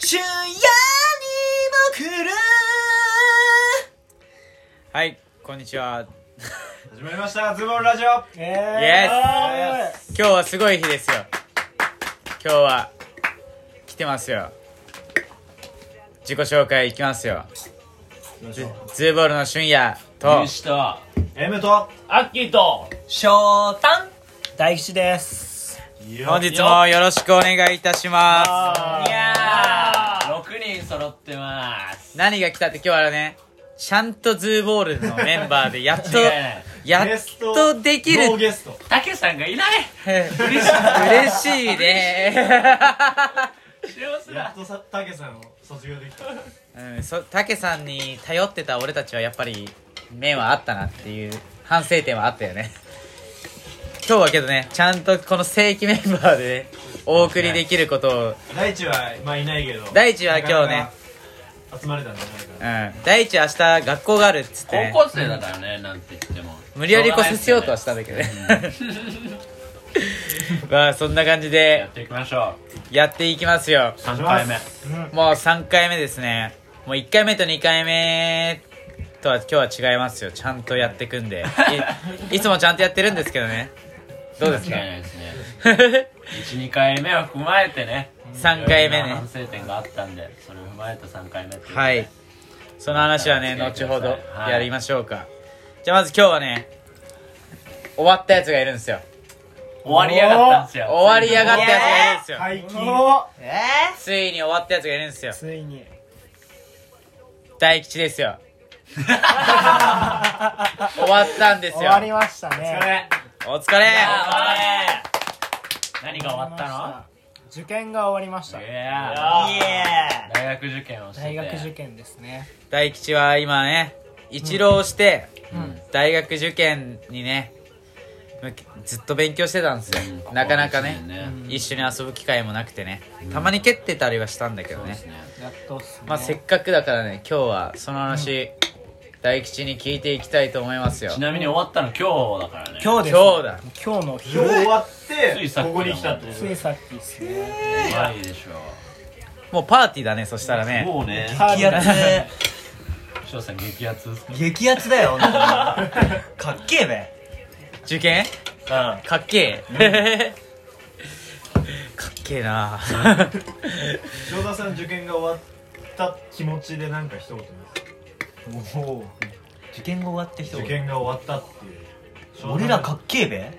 深夜に僕らはい、こんにちは。始まりましたズボンラジオイエス今日はすごい日ですよ。今日は、来てますよ。自己紹介いきますよ。ズーボールの俊也と優、しと M とアッキーと翔太大吉です本日もよろしくお願いいたしまいやー6人揃ってますす。何が来たって今日はね、ちゃんとズーボールのメンバーでやっと 違いない、やっゲストとできる。ノーゲストたけさんがいない 嬉しい。嬉しい ね。幸せやだっとさたけさんを卒業できたうん、そたけさんに頼ってた俺たちはやっぱり面はあったなっていう反省点はあったよね 今日はけどねちゃんとこの正規メンバーで、ね、お送りできることを、大地はまあいないけど大地は今日ねなかなか集まれたんじゃないかなうん、第一明日学校があるっつって、ね、高校生だからねなんて言っても無理やりこすしようとはしたんだけどね まあそんな感じやでっていきましょやっていきますよう3回目もう3回目ですねもう1回目と2回目とは今日は違いますよちゃんとやってくんでいいつもちゃんとやってるんですけどねどうです間違いか ないですね12回目を踏まえてね3回目いろいねろな反省点があったんでそれを踏まえた3回目ってうことではいその話はねま後たお付き合ほいくだどさいはいやりましょうか、じゃあまず今日はね終わったやつがいるんですよ終わりやがったんですよ終わりやがったやつがいるんですよ、解禁えついに終わったやつがいるんですよついに大吉ですよ終わったんですよ終わりましたお疲ねれお疲れあー終わり何が終わった受験が終わりましたのイいエやーー大学受験をしてて大学受験ですね大吉は今ね一浪して、うん大学受験にね向けずっと勉強してたんですよ、うんなかなかねここですね一緒に遊ぶ機会もなくてね、たまに蹴ってたりはしたんだけどそうねですねやっとっすねまあせっかくだからね今日はその話、大吉に聞いていきたいと思いますよちなみに終わったの今日だからね今日です今日だ今日の日今日終わっついてさっきだここに来たってことついさっきですねうまいでしょもうパーティーだねそしたらねもうね激アツ翔さん激アツですか激アツだよかっけえべ受験うんかっけえ、 かっけえな翔太さん受験が終わった気持ちでなんか一言ですおお受験が終わって人受験が終わったっていう俺らかっけえべ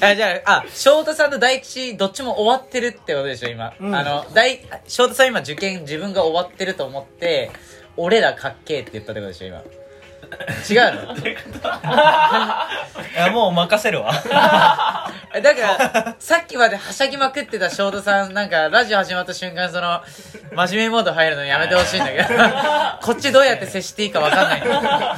あじゃあ、あ、翔太さんと大吉、どっちも終わってるってことでしょ、今。うんあの、大、翔太さん今受験自分が終わってると思って、俺らかっけえって言ったってことでしょ、今。違うのいやもう任せるわえだ から、さっきまではしゃぎまくってた翔太さん、なんか、ラジオ始まった瞬間、その、真面目モード入るのやめてほしいんだけ ど、こっちどうやって接していいかわかんないんだ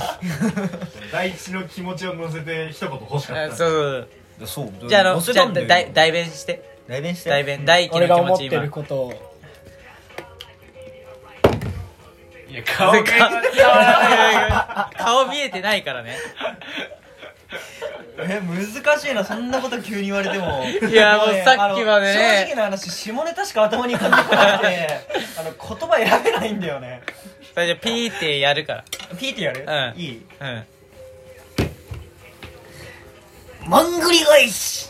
第一の気持ちを乗せて一言欲しかけっど。たそう。そうじゃあ、あの、載せじゃたあ、んだよ代代弁して。代弁して代弁、大吉俺のが気思持っちて今る。ことをいや顔が変わらな い顔見えてないからね。 え難しいなそんなこと急に言われてもいやもうさっきまでねあの正直な話下ネタしか頭に浮かんでこなくて あの言葉選べないんだよね最初、ピーってやるかピーってやる、うんいいら。うん。マングリ返し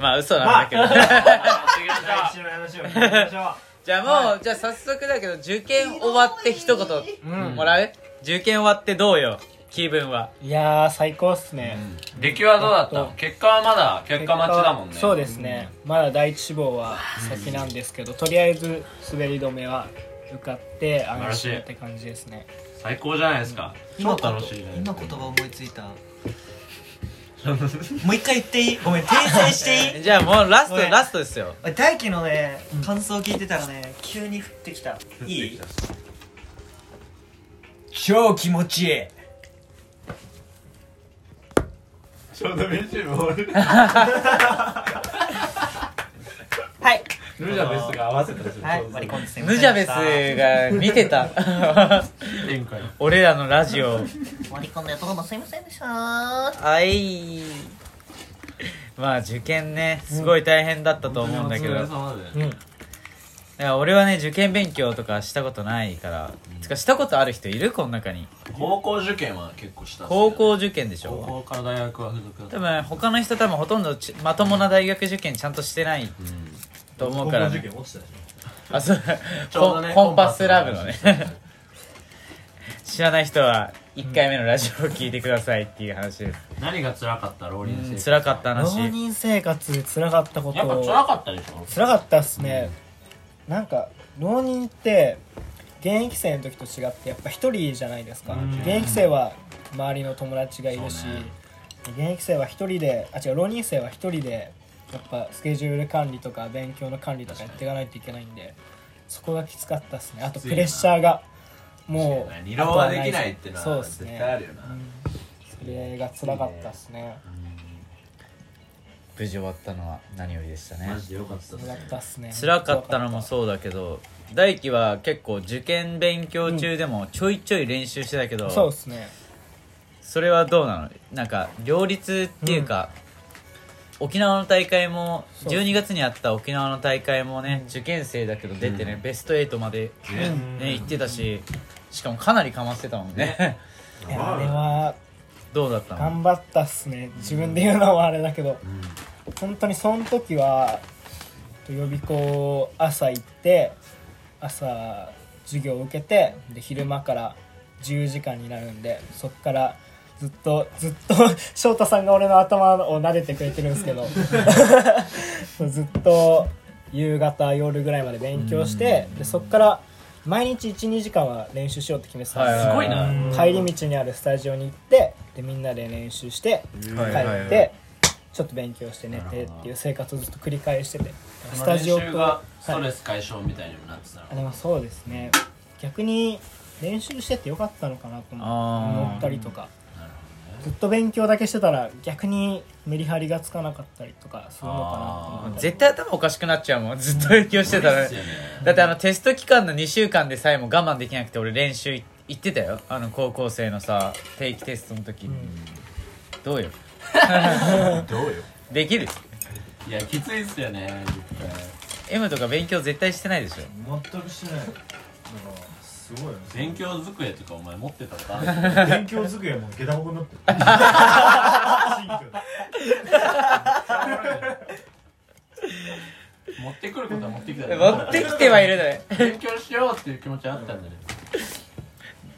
まあ嘘なんだけど、第一の話を聞きま しょ じゃあもう、じゃあ早速だけど受験終わって一言もらう、受験終わってどうよ気分はいやー最高っすね、出来はどうだったの結果はまだ結果待ちだもんねそうですね、まだ第一志望は先なんですけど、とりあえず滑り止めは受かって安心って感じですね最高じゃないですか超楽しいね今言葉思いついたもう一回言っていいごめん訂正していいじゃあもうラストごめんラストですよ 大輝のね感想聞いてたらね急に降ってきたいい超気持ちいいうちょうど飯も俺はいルジャベスが合わせたんですよはい、マリコンですね。ヌジャベスが見て た展開俺らのラジオマリコンで、どうもすいませんでした。はあいまあ受験ねすごい大変だったと思うんだけど、お疲れ様でうんから俺はね受験勉強とかしたことないから、つかしたことある人いるこの中に高校受験は結構したっすね高校受験でし高ょ校から大学は付属だった多分他の人多分ほとんどちまともな大学受験ちゃんとしてないうんと思う高か校ら、受ね、験落ちたでしょあそうちょうコどンねコンパスラブのね知らない人は1回目のラジオを聞いてくださいっていう話です、何が辛かった浪人生うん活辛かった浪話人生活で辛かったことやっぱ辛かったでしょ辛かったっすね、なんか浪人って現役生の時と違ってやっぱ一人じゃないですか、うん現役生は周りの友達がいるし、そうね現役生は一人であ違う浪人生は一人でやっぱスケジュール管理とか勉強の管理とかやっていかないといけないんでそこがきつかったっすねあとプレッシャーがもう二浪はできないってのそうはです絶ね対あるよなそれが辛かったっすね無事終わったのは何よりでしたねマジでよかったっす辛かったっすね辛かったのもそうだけど大輝は結構受験勉強中でもちょいちょい練習してたけど、そうっすねそれはどうなのなんか両立っていうか、沖縄の大会もそう12月にあった沖縄の大会もね、うん受験生だけど出てね、うんベスト8まで、ねね、行ってたししかもかなりかましてたもんねいやあれは どうだったの頑張ったっすね自分で言うのはあれだけどうん本当にその時は予備校朝行って朝授業を受けてで昼間から10時間になるんでそっからずっとずっと翔太さんが俺の頭を撫でてくれてるんですけどずっと夕方夜ぐらいまで勉強してでそっから毎日12時間は練習しようって決めてたんですよははすごいな帰り道にあるスタジオに行ってでみんなで練習して帰って、はいはいはいちょっと勉強して寝てっていうな生活をずっと繰り返しててススタタジジオオとがストレい、ス解消みたいにもなってたのあでもそうですね逆に練習しててよかったのかなとあー思ったりとかなるずっと勉強だけしてたら逆にメリハリがつかなかったりとかするのかなと思ったり絶対頭おかしくなっちゃうもんずっと勉強してたら、ほどねだってあのテスト期間の2週間でさえも我慢できなくて俺練習い行ってたよあの高校生のさ定期テストの時、どうよ どうよ できるいやきついっすよね絶対 M とか勉強絶対してないでしょ全くしてないなんかすごいよね勉強机とかお前持ってたこと ある勉強机も下駄箱になってる 持ってくることは持ってきた持ってきてはいるのよ勉強しようっていう気持ちはあったんだね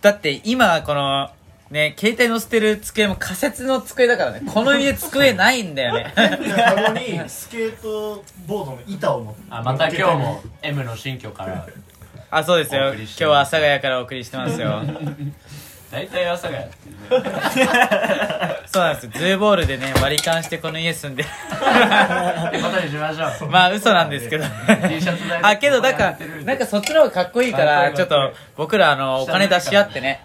だって今このね携帯の捨てる机も仮設の机だからねこの家机ないんだよねカゴにスケートボードの板を持ってあまた今日も M の新居から あそうですおよ送今りし日ては阿ます佐ヶ谷からお送りしてますよ大体朝がやって るねそうなんですよズーボールでね割り勘してこの家住んで ってことにしましょうまあ嘘なんです けど T シャツ代あけどだかやってらるなんかそっちの方がかっこいいかからっこちいょいっと僕らあのお金出し合ってね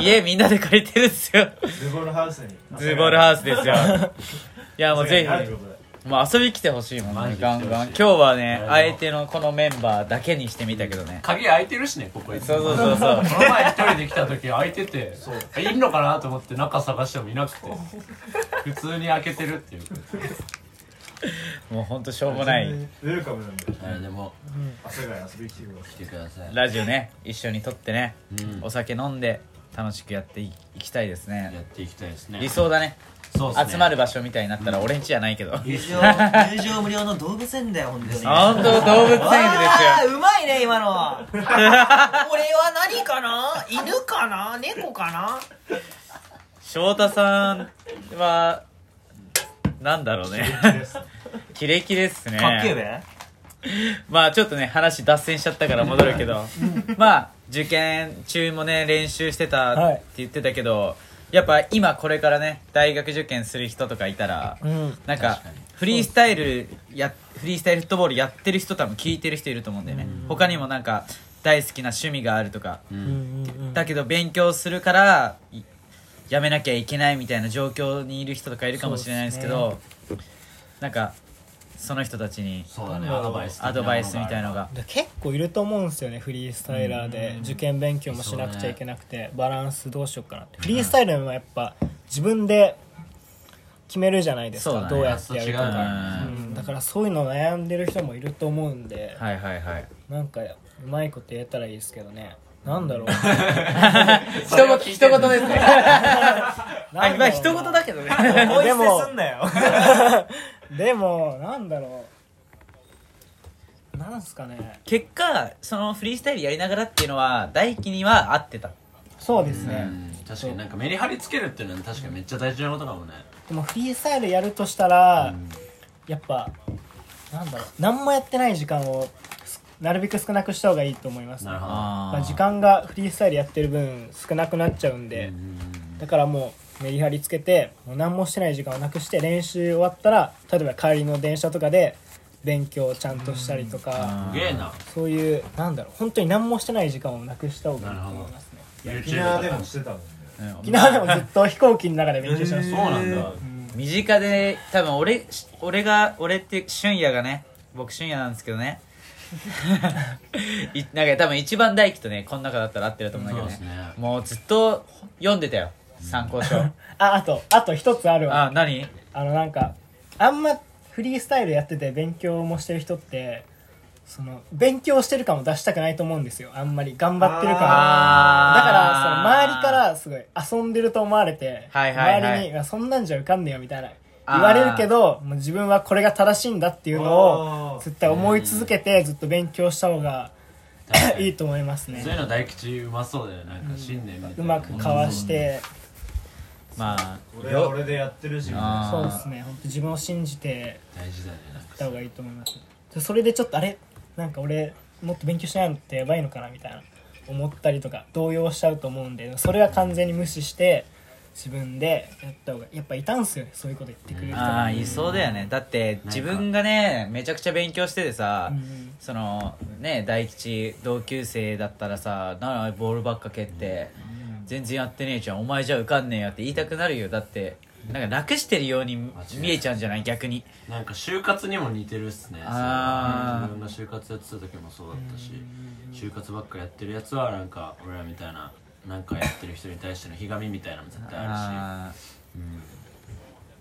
家みんなで借りてるんです よズボルハウスにズーボールハウスですよいやもうぜあるひということでもう遊びに来てほしいもんマねジでガ来てほしいンガン今日はねうん相手のこのメンバーだけにしてみたけどね鍵開いてるしねここいつそうそうそうそうこの前一人で来た時開いてていんのかなと思って中探してもいなく て普通に開けてるっていうもうほんとしょうもないウェルカムなんではいでも阿佐ヶ谷遊びに来てください来てくださいラジオね一緒に撮ってねうんお酒飲んで楽しくやっていいきたいですやねっていきたいですね理想だねそうっすね集まる場所みたいになったら俺んちじゃないけどあ 入場入場無料の動物園だよ本当にほんと動物園ですあよーうまいね今の 俺は何かな犬かな猫かな翔太さんはなんだろうねキレキレっすねかっけえべまあちょっとね話脱線しちゃったから戻るけどまあ受験中もね練習してたはっいて言ってたけど、やっぱ今これからね大学受験する人とかいたらうんなんかフリースタイルやフリースタイルフットボールやってる人多分聞いてる人いると思うんだよね他にもなんか大好きな趣味があるとかううんんうんだけど勉強するからいやめなきゃいけないみたいな状況にいる人とかいるかもしれないですけどなんかその人たちにそうだねアドバイスアドバイスみたいのがで結構いると思うんですよねフリースタイラーで受験勉強もしなくちゃいけなくてバランスどうしようかなってフリースタイルもやっぱ自分で決めるじゃないですそうだかねどうやってやるかとそうかだねうんだからそういうの悩んでる人もいると思うんで、はいはいはいなんかうまいこと言えたらいいですけどねなんだろう一言一言ですね なあんまあだろうな一言だけどね思いで捨もてすんなよでもなんだろうなんすかね結果そのフリースタイルやりながらっていうのは大輝には合ってたそうですね、確かになんかメリハリつけるっていうのは確かにめっちゃ大事なことかもねでもフリースタイルやるとしたら、やっぱなんだろう何もやってない時間をすなるべく少なくした方がいいと思います、ね、なるほどまああ時間がフリースタイルやってる分少なくなっちゃうんで、だからもうメリハリつけてもう何もしてない時間をなくして練習終わったら例えば帰りの電車とかで勉強をちゃんとしたりとか、すげえなそういうなんだろう本当に何もしてない時間をなくした方がいいと思いますね沖縄でもしてたもんね沖縄 でもずっと飛行機の中で勉強してましそうた、なんだ身近で多分俺し俺が俺って俊也がね僕俊也なんですけど ねいなんか多分一番大輝とねこの中だったら合ってると思うんだけどねそ うですねもうずっと読んでたよ参考書 ああとあと一つあるわあ何あのなんかあんまフリースタイルやってて勉強もしてる人ってその勉強してる感を出したくないと思うんですよあんまり頑張ってる感をあーだからその周りからすごい遊んでると思われて、はいはいはい周りにいや「そんなんじゃ受かんねえよ」みたいなあー言われるけどもう自分はこれが正しいんだっていうのあをー絶対思い続けてずっと勉強した方が いいと思いますねそういうの大吉うまそうだよなんか新年みたいうなまくかわしてまあ俺は俺でやってるしみたいなあーそうですね本当自分を信じて大事だねなんいかった方がいいと思いますでそれでちょっとあれなんか俺もっと勉強しないのってやばいのかなみたいな思ったりとか動揺しちゃうと思うんでそれは完全に無視して自分でやった方がやっぱいたんすよねそういうこと言ってくれる人あがあいそうだよねだって自分がねめちゃくちゃ勉強しててさ、うんそのね大吉同級生だったらさ「ならボールばっか蹴って、全然やってねえじゃんお前じゃ受かんねえよ」って言いたくなるよだってなんか楽してるように見えちゃうんじゃない逆になんか就活にも似てるっすねあーそう自分が就活やってた時もそうだったし就活ばっかやってるやつはなんか俺らみたいななんかやってる人に対してのひがみみたいなのも絶対あるしあ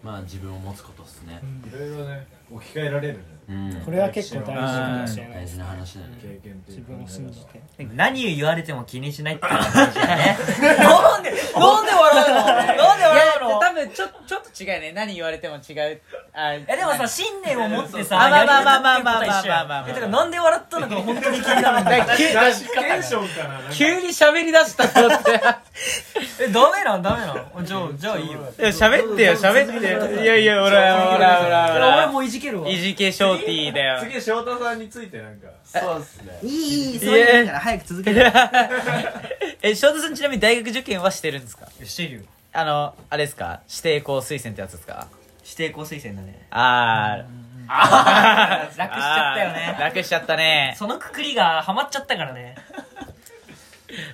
まあ自分を持つことっすねいろいろね置き換えられるねうんこれは結構大事かもしれない大です事な話だよね経験ってい自う分を信じて何言われても気にしないっていうのが大事だ ねなんでなんで笑うのなんであい笑うのや多分ちょちょっと違うね何言われても違うあいいやでもさ信念を持ってさあまあまあまあやりまあたいことは一緒やんまあまあまあまあえてかなんで笑ったのか本当に気になるんだ急テンションかななんか急に喋り出したと ってえダメなんダメなんじゃあじゃあいいよいや喋ってよ喋っていやいやほらほらほらほ俺らもいじけるわいじけショーティーだよ次翔太さんについてなんかそうっすねいいいいそういうのいいから早く続 え翔太さんちなみに大学受験はしてるんですかしてるよあのあれですか指定校推薦ってやつですか指定校推薦だねあー楽しちゃったよあーね楽しちゃったねそのくくりがハマっちゃったからね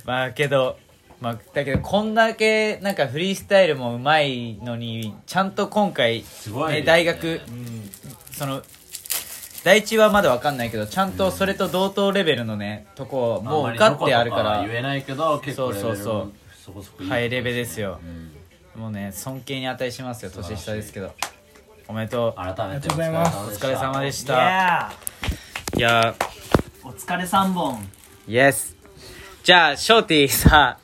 まあけどまあだけどこんだけなんかフリースタイルもうまいのにちゃんと今回すごいねね大学その第一はまだわかんないけどちゃんとそれと同等レベルのねとこをもう受かってあるかんまらりどことは言えないけど結構レベルそうそうそうそこそこハイレベルルですよ、もうね尊敬に値しますよ年下ですけどおめでとう改めてありがとうございますお疲れ様でししいたやいやーお疲れ3本イエスじゃあショーティーさ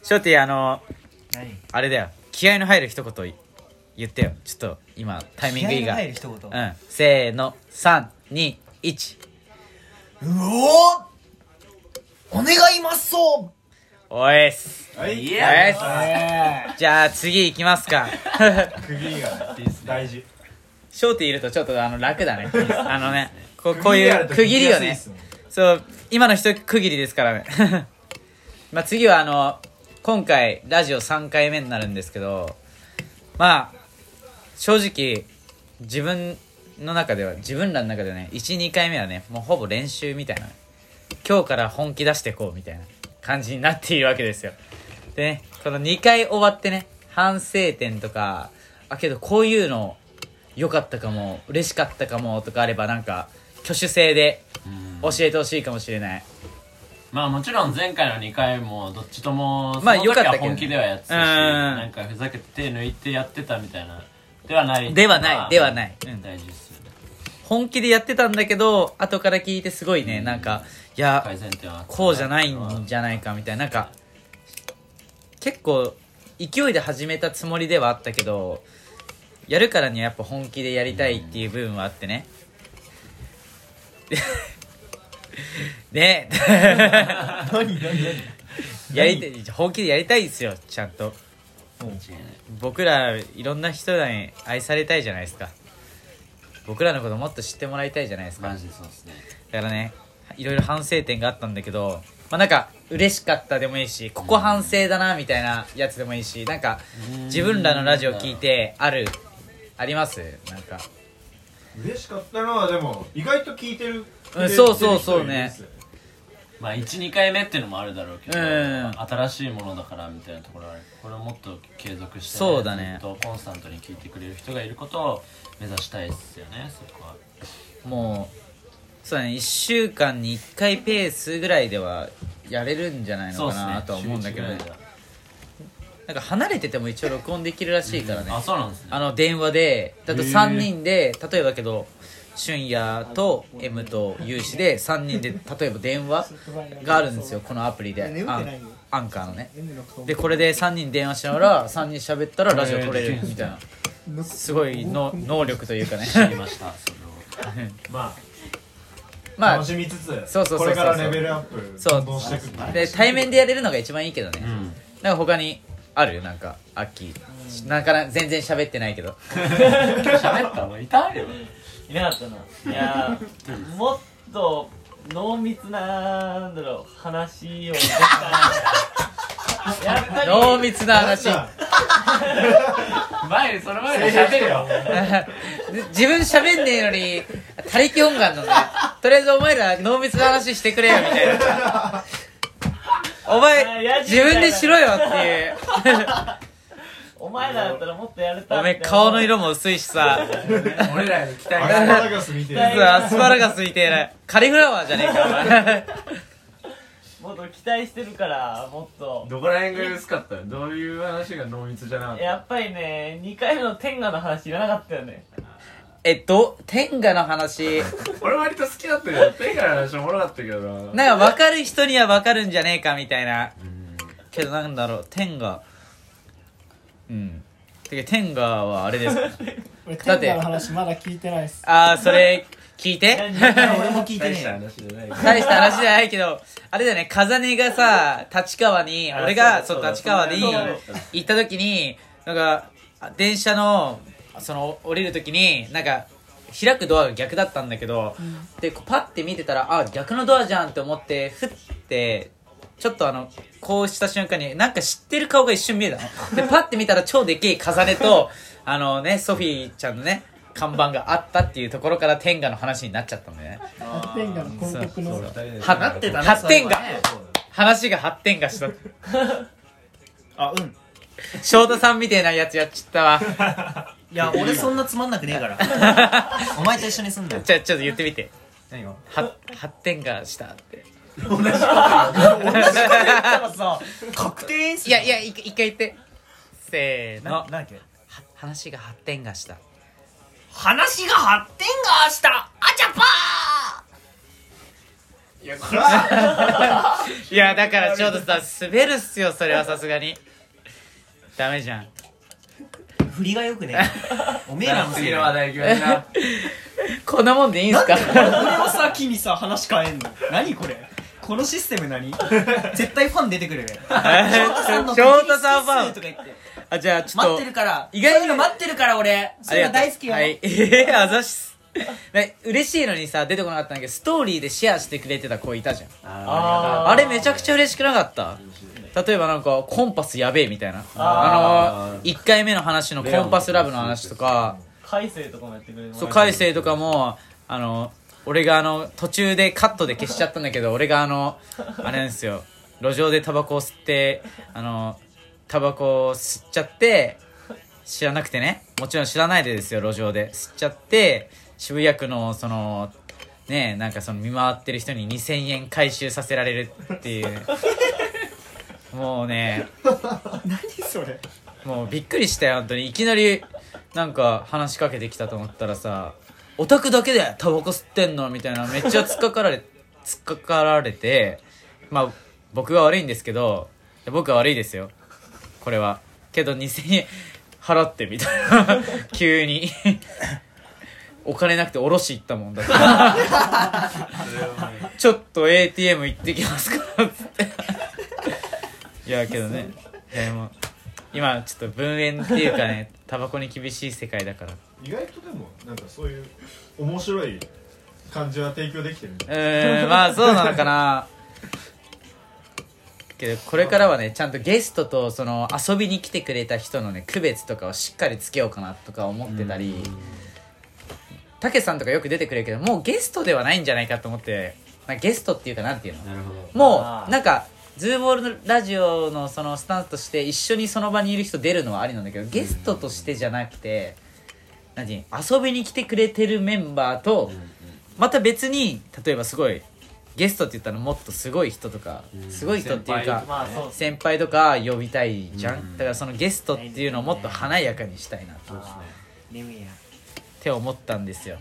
ショーティーあの何あれだよ気合の入る一言言ってよちょっと今タイミングい気い合がが入る一言うんせーの321うおお願いますそうおいっすはいいおいっすえじゃあ次行きま すか首が大事ショーティーいるとちょっとあの楽だねあのねこうこういう区切りををねそう今の一区切りですからね まあ次はあの今回ラジオ3回目になるんですけどまあ正直自分の中では自分らの中ではね12回目はねもうほぼ練習みたいな今日から本気出してこうみたいな感じになっているわけですよでねこの2回終わってね反省点とかあけどこういうの良かったかも嬉しかったかもとかあればなんか挙手制で教えてほしいかもしれないまあもちろん前回の2回もどっちともまあその時良はかったけどね本気ではやってたしうんなんかふざけて手抜いてやってたみたいなではないではないではないまあうん大事っすよね本気でやってたんだけど後から聞いてすごいね、なんかいや改善点はあったこうじゃないんじゃないかみたいななんか結構勢いで始めたつもりではあったけどやるからにはやっぱ本気でやりたいっていう部分はあって ねで何何何 やりたい本気でやりたいですよちゃんと間違いない僕らいろんな人らに愛されたいじゃないですか僕らのこともっと知ってもらいたいじゃないですかマジでそうですねだからねいろいろ反省点があったんだけどまあなんか嬉しかったでもいいしここ反省だなみたいなやつでもいいしなんか自分らのラジオ聞いてあるありますなんか嬉しかったのはでも意外と聞いてるうんそうそうそうねまあ12回目っていうのもあるだろうけど、うん新しいものだからみたいなところはあるこれをもっと継続して、そうだねずっとコンスタントに聞いてくれる人がいることを目指したいですよねそこはもうそうだね1週間に1回ペースぐらいではやれるんじゃないそのうかですねなとは思うんだけどね週一ぐらいなんか離れてても一応録音できるらしいからね、だあそうなんですねあの電話でだとへー3人で例えばけど俊也と M と有志で3人で例えば電話があるんですよこのアプリで眠くアないよンアンカーのねでこれで3人電話しながら3人喋ったらラジオ撮れるみたいなすごいの能力というかね 知りましたそれをまあまあ楽しみつつそうそうそうそうこれからレベルアップそうどんどんしていくんだで対面でやれるのが一番いいけどね、うんなんか他にあるなんかアッキーなんかな全然喋ってないけど喋ったのいたよいなかったな。いやー、もっと濃密な、なんだろう、話をできたら。やっぱり、濃密な話 前その前に喋るよ自分喋んねえのに他力本願なんだよとりあえずお前ら濃密な話してくれよみたいなおあー前や自じみたいな分でしろよっていうお前らだったらもっとやれたみたおめいえな顔の色も薄いしさ俺らへの期待アスパラガス見てるはいアスパラガスみてえなカリフラワーじゃねえかお前もっと期待してるから、もっと。どこら辺が薄かったどういう話が濃密じゃなかやっぱりね、2回目の天下の話いらなかったよね。えっと天下の話 俺割と好きだったけど手から話おもろかったけどななんか分かる人には分かるんじゃねえかみたいなけどなんだろう天下うんてか天下はあれですか俺天下の話まだ聞いてないっすああそれ聞いて俺も聞いてねえよ話じゃない大した話じゃないけど、あれだよね、風音がさ、立川に、あ俺が、そそうう、だ立川にそうだそうだ行った時に、なんか、あ電車の、その、降りる時に、なんか、開くドアが逆だったんだけど、で、こうパッて見てたら、あ、逆のドアじゃんって思って、ふって、ちょっとあの、こうした瞬間に、なんか知ってる顔が一瞬見えた の。で、パッて見たら超でけえ風音と、あのね、ソフィーちゃんのね、看板があったっていうところから天下の話になっちゃったんだよね。天下の広告のはなってたね発展が話が発展がした あうん翔太さんみたいなやつやっちゃった わいや俺そんなつまんなくねえから お前と一緒にすんだよちょちょっと言ってみて何がは発展がしたってだからさ確定っすいやいやい一回言ってせーなのなんだっけは話が発展がした話が発展がしたあちゃぱ いやだから翔太さん滑るっすよそれはさすがにダメじゃんー振りがよくねえおめえらのせい次だのよ話題行きましょうこんなもんでいいんすか俺をさ木にさ話変えんの何これこのシステム何絶対ファン出てくるね翔太さんファンとか言ってあじゃあちょっと待ってるから意外にそういうの待ってるから俺そういうの大好きよありがとうはいえーあざっすね嬉しいのにさ出てこなかったんだけどストーリーでシェアしてくれてた子いたじゃんああれめちゃくちゃ嬉しくなかった例えばなんかコンパスやべえみたいなああーの1回目の話のコンパスラブの話とか海星とかもやってくれるそう海星とかもあの俺があの途中でカットで消しちゃったんだけど俺があのあれなんですよ路上でタバコを吸ってあのタバコを吸っちゃって知らなくてねもちろん知らないでですよ路上で吸っちゃって渋谷区のそのねえなんかその見回ってる人に2000円回収させられるっていうもうねそれもうびっくりしたよ本当にいきなりなんか話しかけてきたと思ったらさオタクだけでタバコ吸ってんのみたいなめっちゃ突っかかられ 突っかかられてまあ僕が悪いんですけど僕は悪いですよこれはけど2000円払ってみたいな 急にお金なくておろし行ったもんだからちょっと ATM 行ってきますからっつっていやけどねいやでも今ちょっと分煙っていうかね タバコに厳しい世界だから意外とでもなんかそういう面白い感じは提供できてるうーんまあそうなのかなけどこれからはねちゃんとゲストとその遊びに来てくれた人のね区別とかをしっかりつけようかなとか思ってたりたけさんとかよく出てくれるけどもうゲストではないんじゃないかと思ってなんかゲストっていうかなんていうのなるほどもあうーなんかズーボールラジオのそのスタンスとして一緒にその場にいる人出るのはありなんだけどゲストとしてじゃなくて何遊びに来てくれてるメンバーとまた別に例えばすごいゲストって言ったらもっとすごい人とかうんすごい人っていう先輩まかあそう先輩とか呼びたいじゃうんんだからそのゲストっていうのをもっと華やかにしたいなとっそうですねレミやて思ったんですよ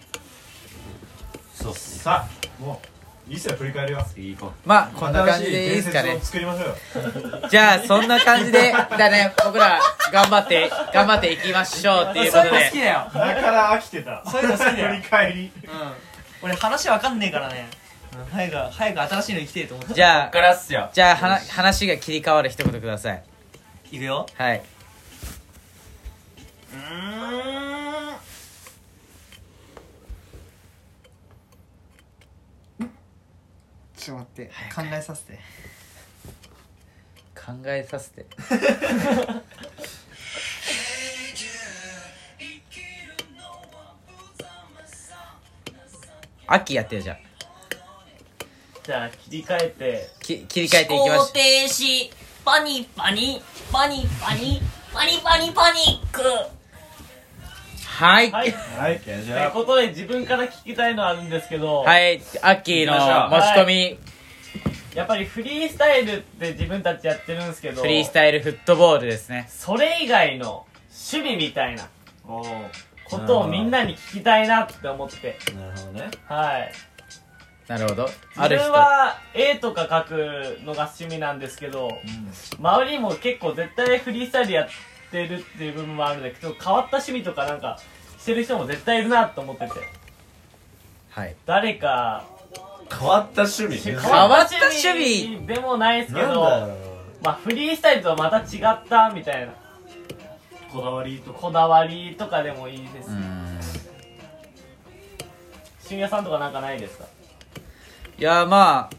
そうっすねさあもういいっすよ振り返りは次行こまあこんな感じでいいですか新しね伝説を作りましょうよじゃあそんな感じでだね僕ら頑張って頑張っていきましょうっていうことでだよだから飽きてたそういうの好きだよ振り返りうん俺話わかんねえからねうん早く早く新しいの生きてえと思ってじゃあからっすよじゃあはな話が切り替わる一言くださいいくよはい、うーんちょっと待って考えさせて考えさ せて秋やってるじゃんじゃあ切り替えてき切り替えていきましょ停止パニパニパニパニパニパニパニックうはいはいとはいじいうことで自分から聞きたいのあるんですけど、はいアッキーの持ち込みやっぱりフリースタイルって自分たちやってるんですけどフリースタイルフットボールですねそれ以外の趣味みたいなおーことをみんなに聞きたいなって思ってうなるほどねはいなるほどあ自る分人は絵とか描くのが趣味なんですけど、周りも結構絶対フリースタイルやってるっていう部分もあるんだけど変わった趣味とかなんかしてる人も絶対いるなと思っててはい誰か変わった趣味変変わった趣味でもないですけなんだどろうまあフリースタイルとはまた違ったみたいなこだわり とかこだわりとかでもいいですうーん俊也さんとかなんかないですかいやまあ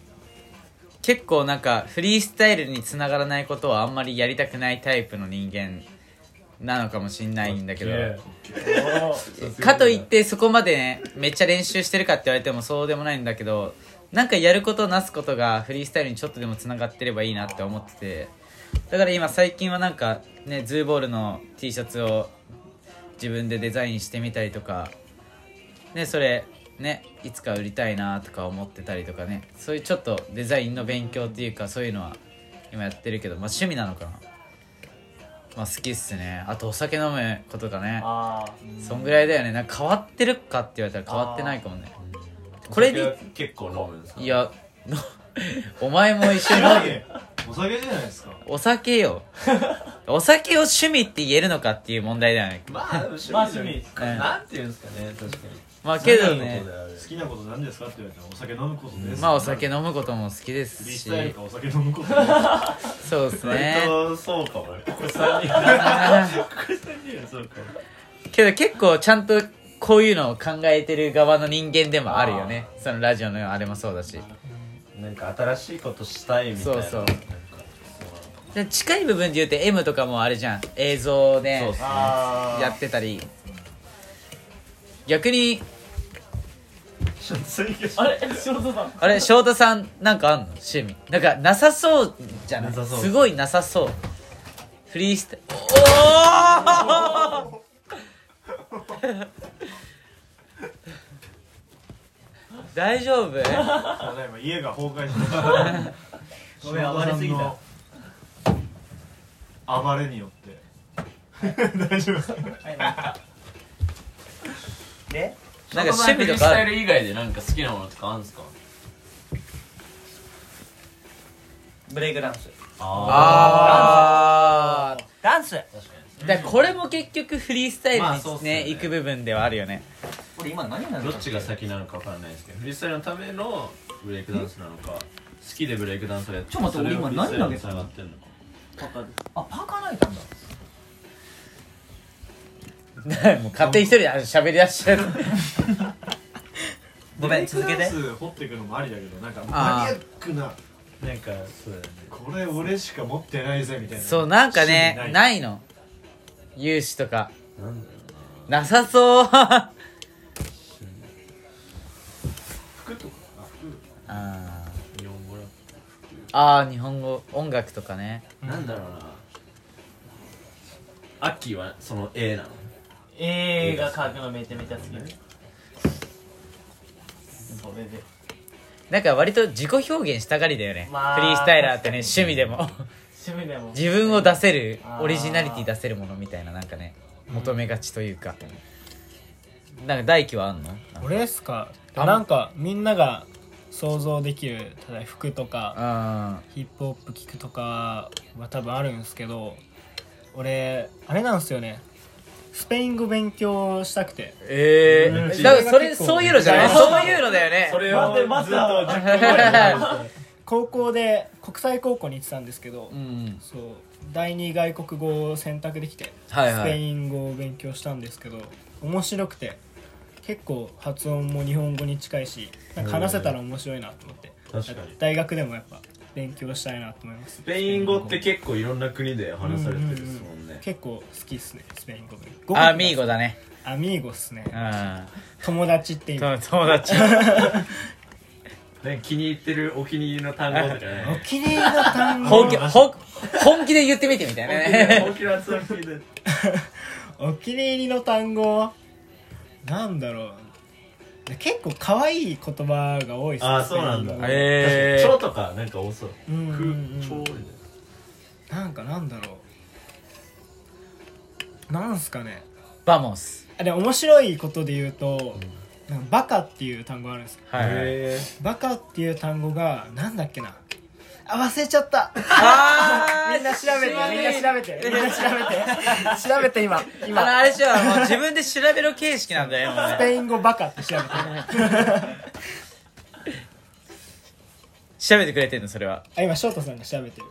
結構なんかフリースタイルにつながらないことはあんまりやりたくないタイプの人間なのかもしんないんだけど かといってそこまでねめっちゃ練習してるかって言われてもそうでもないんだけどなんかやることなすことがフリースタイルにちょっとでもつながってればいいなって思っててだから今最近はなんかねズーボールの T シャツを自分でデザインしてみたりとかねそれねいつか売りたいなとか思ってたりとかねそういうちょっとデザインの勉強っていうかそういうのは今やってるけどまあ趣味なのかなまあ好きっすねあとお酒飲むことかねああそんぐらいだよねなんか変わってるかって言われたら変わってないかもねこれに結構飲むんですかいやのお前も一緒にお飲んで酒お酒じゃないですかお酒 よお酒を趣味って言えるのかっていう問題だよねまあでも趣まあ味趣味だよねなんていうんですかね確かにまあけどね好きなことなんですかって言われたらお酒飲むことですまあお酒飲むことも好きでフすリーしスタイルかお酒飲むことですそうですねそうかもねそうかも けど結構ちゃんとこういうのを考えてる側の人間でもあるよねそのラジオのあれもそうだしなんか新しいことしたいみたいなそうそうなんかで近い部分で言うと M とかもあれじゃん映像でそうっすねあやってたり逆にああれ塩田さんあれ翔太さんなんかあんの趣味なんかなさそうじゃないなさそうすごいなさそうフリースタイおお 大丈夫ただいま家が崩壊しましたごめん暴れすぎたた暴れによって大丈夫ですかはいなんかでなんか趣味とかある以外でなんか好きなものとかあるんですかブレイクダンスああダンス確かにだからこれも結局フリースタイルにまね,、あそうっすよね行く部分ではあるよね 俺今何などっちが先なのかわからないですけどフリースタイルのためのブレイクダンスなのか好きでブレイクダンスをやってちょっと待ってそれを俺今何投げフリースタイルにつながってんのかあパーカー投げたんだもう勝手に一人で喋り出しちゃうごめん続けてブレイクダンス掘っていくのもありだけどなんかあーマニアックななんかそうだよねこれ俺しか持ってないぜみたいなそうなんかね趣味ないの有志とかなんだろなさそうあ服とかあ服ーうな日本語ラッあー日本語音楽とかねプなんだろうなアッキーはその A なの映画描くのめちゃめちゃ好きでそれでなんか割と自己表現したがりだよね、まあフリースタイラーってね趣味でも趣味でも自分を出せるあーオリジナリティ出せるものみたいななんかね求めがちというか、なんか大輝はあんの俺ですかなんかみんなが想像できる例えば服とかあヒップホップ聞くとかは多分あるんですけど俺あれなんですよねスペイン語勉強したくてええうんだからそれ自分が結構そういうのじゃないそういうのだよねれ待って待って高校で国際高校に行ってたんですけど、 うんそう第二外国語を選択できてはいスはペいイン語を勉強したんですけど面白くて結構発音も日本語に近いしなんか話せたら面白いなと思って確かに大学でもやっぱ勉強したいなと思いますスペイン語って結構いろんな国で話されてるっすもんね結構好きっすねスペイン語勉強アミーゴだねアミーゴっすねうん友達って意味友友達なんか気に入ってるお気に入りの単語とかおね気に入りの単本語気ほん本気で言ってみてみたいなね本気の発音聞いてお気に入りの単語なんだろう結構可愛い言葉が多いっすねあーそうなんだスペイン語え蝶ー、とかなんか多そううんうんうん蝶みたいなんかなんだろうなんすかねバモスあで面白いことで言うと、なんかバカっていう単語あるんですよはい、はいバカっていう単語がなんだっけなあ忘れちゃったあーみんな調べてみんな調べてみんな調べて調べて今あの今あれでしょもう自分で調べろ形式なんだよもうスねペイン語バカって調 べて調べてくれてんのそれはあ今翔太さんが調べてる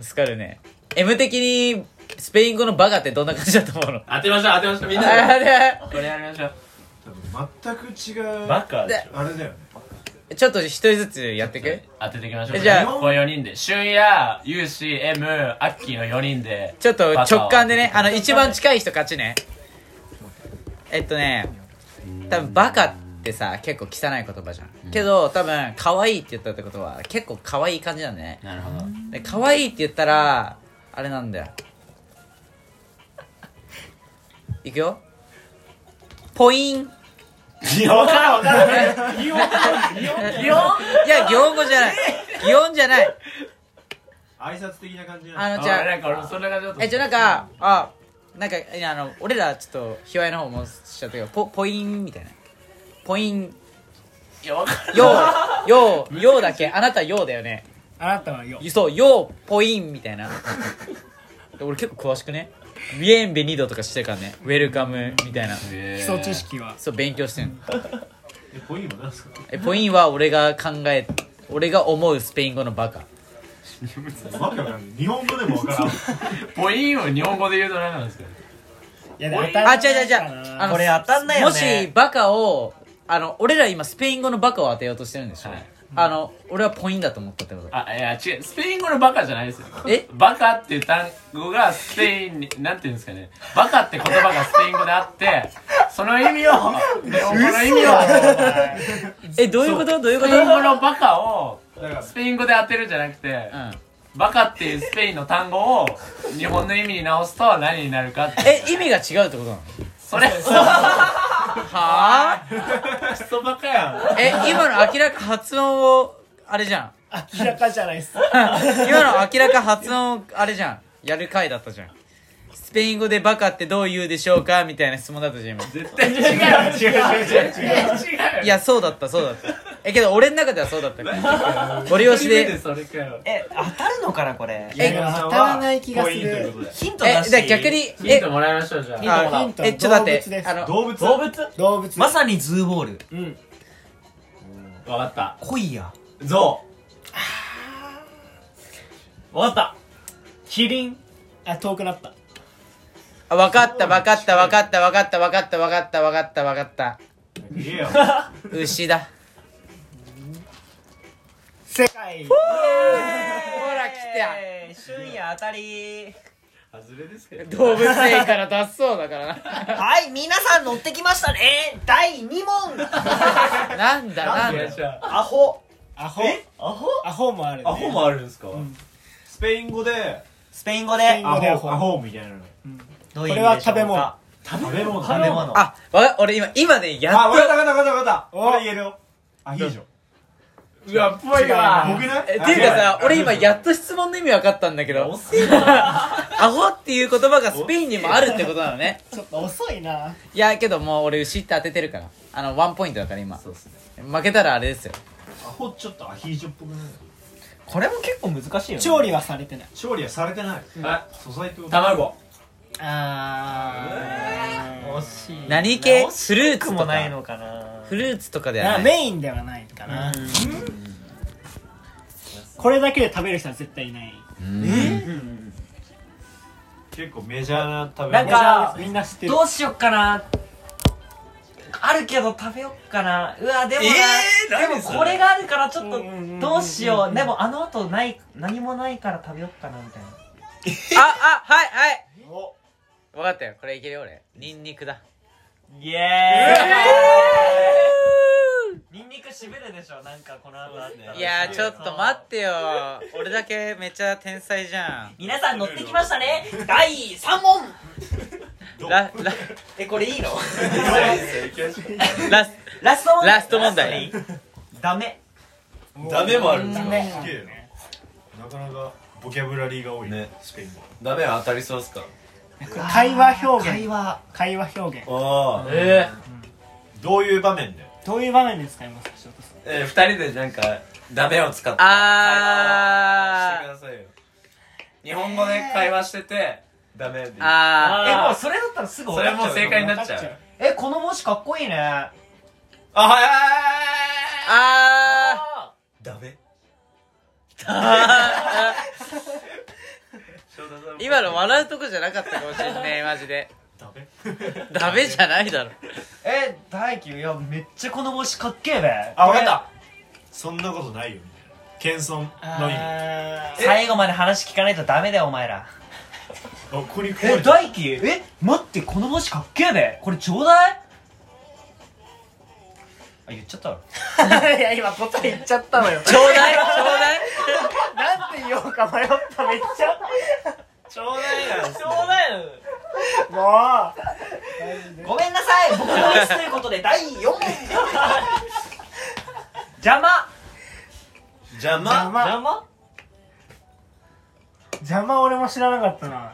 助かるね M 的にスペイン語のバカってどんな感じだと思うの当てましょう当てましょうみんなであれこれやりましょう多分全く違うバカでしあれだよねちょっと一人ずつやっていく当てていきましょうじゃあこの4人で俊也ユーシエムアッキーの4人でちょっとバカを直感でねあの一番近い人勝ちねえっとね多分バカってさ結構汚い言葉じゃん、けど多分可愛いって言ったってことは結構可愛い感じなんだねなるほどで可愛いって言ったらあれなんだよ いくよポインいや分からん分からん擬音いや擬音語じゃない擬音じゃない挨拶的な感じなあののじゃあなんか俺もそんな感じだと思うえじゃあなんかあなんかいやあの俺らちょっと卑猥な方もしちゃったけどポポインみたいなポインいや分からんようようようだけあなたようだよねあなたはよそうようポインみたいな俺結構詳しくねビエンベニドとかしてるからねウェルカムみたいな基礎知識はそう勉強してんのえポイントなんすかえポインは俺が考え俺が思うスペイン語のバカわけわかんない日本語でもわからんポインを日本語で言うと何なんですかいやでも当あた違う違うり違前かうなあのこれ当たんないよねもしバカをあの俺ら今スペイン語のバカを当てようとしてるんでしょ、はいあの俺はポインだと思ったってことあいや違うスペイン語のバカじゃないですよえバカっていう単語がスペインになんていうんですかねバカって言葉がスペイン語であってその意味を日本語の意味をえどういうことどういうスこペとイン語のバカをだからスペイン語で当てるんじゃなくて、うんバカっていうスペインの単語を日本の意味に直すと何になるかってえ意味が違うってことなのそれはあクソバカやえ今の明らか発音をあれじ ゃん明らかじゃないっす今の明らか発音をあれじゃんやる回だったじゃんスペイン語でバカってどう言うでしょうかみたいな質問だったじゃん今絶対違う違う違う違ういやそうだったそうだったえけど俺の中ではそうだった からご利用しでそれかよえ当たるのかなこれえ当たらない気がするポイントということでヒントだえだからし逆にヒンえトもらいましょうじゃああヒントえちょっと待っ動物てですあの動物動物動物まさにズーボールうんわかった恋やゾウわかったキリンあ遠くなったあ分かった分かった分かった分かった分かった分かった分かった分かった言えよ牛だ世界ほら来えー、瞬夜当たり外れですけた動物園から脱走だからはい皆さん乗ってきましたね第2問な なんだなんだアホアホアホアホもあるねアホもあるんですかスペイン語でスペイン語スペイでンア語でアホアホホみたいなのどういうこ意味れはでしょ食うべ物か食べ物食べ物あわか俺今今ねやあ、っわかったとわかったわかったわかったおこれ言えるよアヒージョうわっぽいわ僕ねえっていうかさ俺今やっと質問の意味分かったんだけどアホっていう言葉がスペインにもあるってことなのねちょっと遅いないやけどもう俺牛って当ててるからあのワンポイントだから今そうっすね負けたらあれですよアホちょっとアヒージョっぽくないこれも結構難しいよね調理はされてない調理はされてないあ素材ってこと卵あ惜しい何系惜しフルーツくともなかいのかなフルーツとかだよあねメインではないかな、うんこれだけで食べる人は絶対いない結構メジャーな食べなん物かみんな知ってるどうしよっかなあるけど食べよっかなうわでもな、でもこれがあるからちょっとどうしようでもあの後ない何もないから食べよっかなみたいなああはいはい分かったよこれいけるよ俺ニンニクだイエーイニンニクしびるでしょなんかこの後だったらいやーちょっと待ってよ俺だけめっちゃ天才じゃん皆さん乗ってきましたね第3問ララえこれいいのラスラスト問題ラスト問題ダメダメもあるんですダかメすげえななかなかボキャブラリーが多いねねスペイン語ダメは当たりそうっすか会話表現会話会話表現ああえどういう場面でどういう場面で使いますか翔太さんえー二人でなんかダメを使ってあ会話してくださいよ日本語で会話しててダメであえあもうそれだったらすぐそ終れわっちもゃうう正解になっちゃわかっちうゃうえこの文字かっこ いいねあはいはいーあダメーあ翔太さーん今の笑うとこじゃなかったかもしれないマジでダメダメじゃないだろえ大輝いやめっちゃこの帽子かっけえべあ、わかったそんなことないよみたいな謙遜の意味あー最後まで話聞かないとダメだよお前らあここにえだ大輝え待ってこの帽子かっけえべこれちょうだいあ言っちゃったわいや今答え言っちゃったのよちょうだいちょうだいなんて言おうか迷っためっちゃちょうだいなんですねもごめんなさい僕のミスということで第4問 邪魔邪う邪魔魔魔邪魔俺も知らなかったな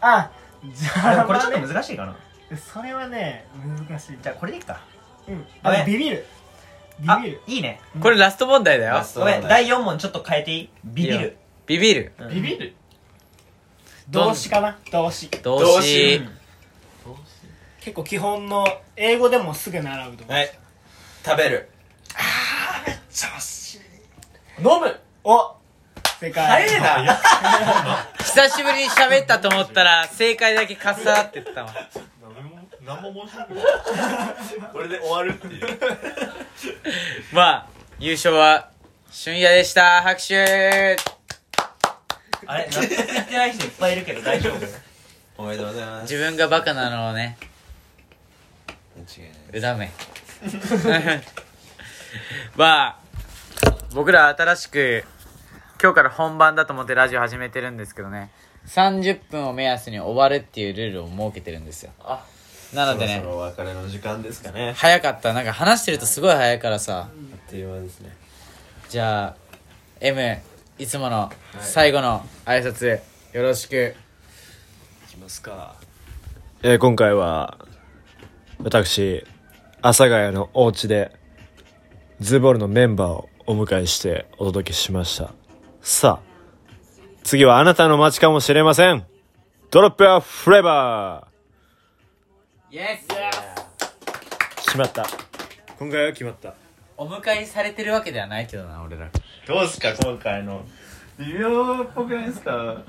あ邪魔、ね、これちょっと難しいかなそれはね難しいじゃあこれでいいかうんごめんビビるビあビるいいねこれラスト問題だよラストごめん問題第4問ちょっと変えていいビビいいよるビビるうんビビる動詞かな動詞動動詞詞結構基本の英語でもすぐ習う動詞、はい食べる飲むお正解早いな久しぶりに喋ったと思ったら正解だけかっさーって言ったわ何も何も面白くない これで終わるっていうまあ優勝は俊也でした拍手あれ納得いってない人いっぱいいるけど大丈夫おめでとうござ います自分がバカなのをね間違いない恨めまあ僕ら新しく今日から本番だと思ってラジオ始めてるんですけどね30分を目安に終わるっていうルールを設けてるんですよなのでねそろそろお別れの時間ですかね早かったなんか話してるとすごい早いからさあっという間ですねじゃあ M いつもの最後の挨拶よろしくいきまますか、えー今回は私阿佐ヶ谷のお家でズボルのメンバーをお迎えしてお届けしましたさあ次はあなたの街かもしれませんドロップアフレーバイエスー決まった今回は決まったお迎えされてるわけではないけどな俺らどうすか今回の微妙っぽくないですか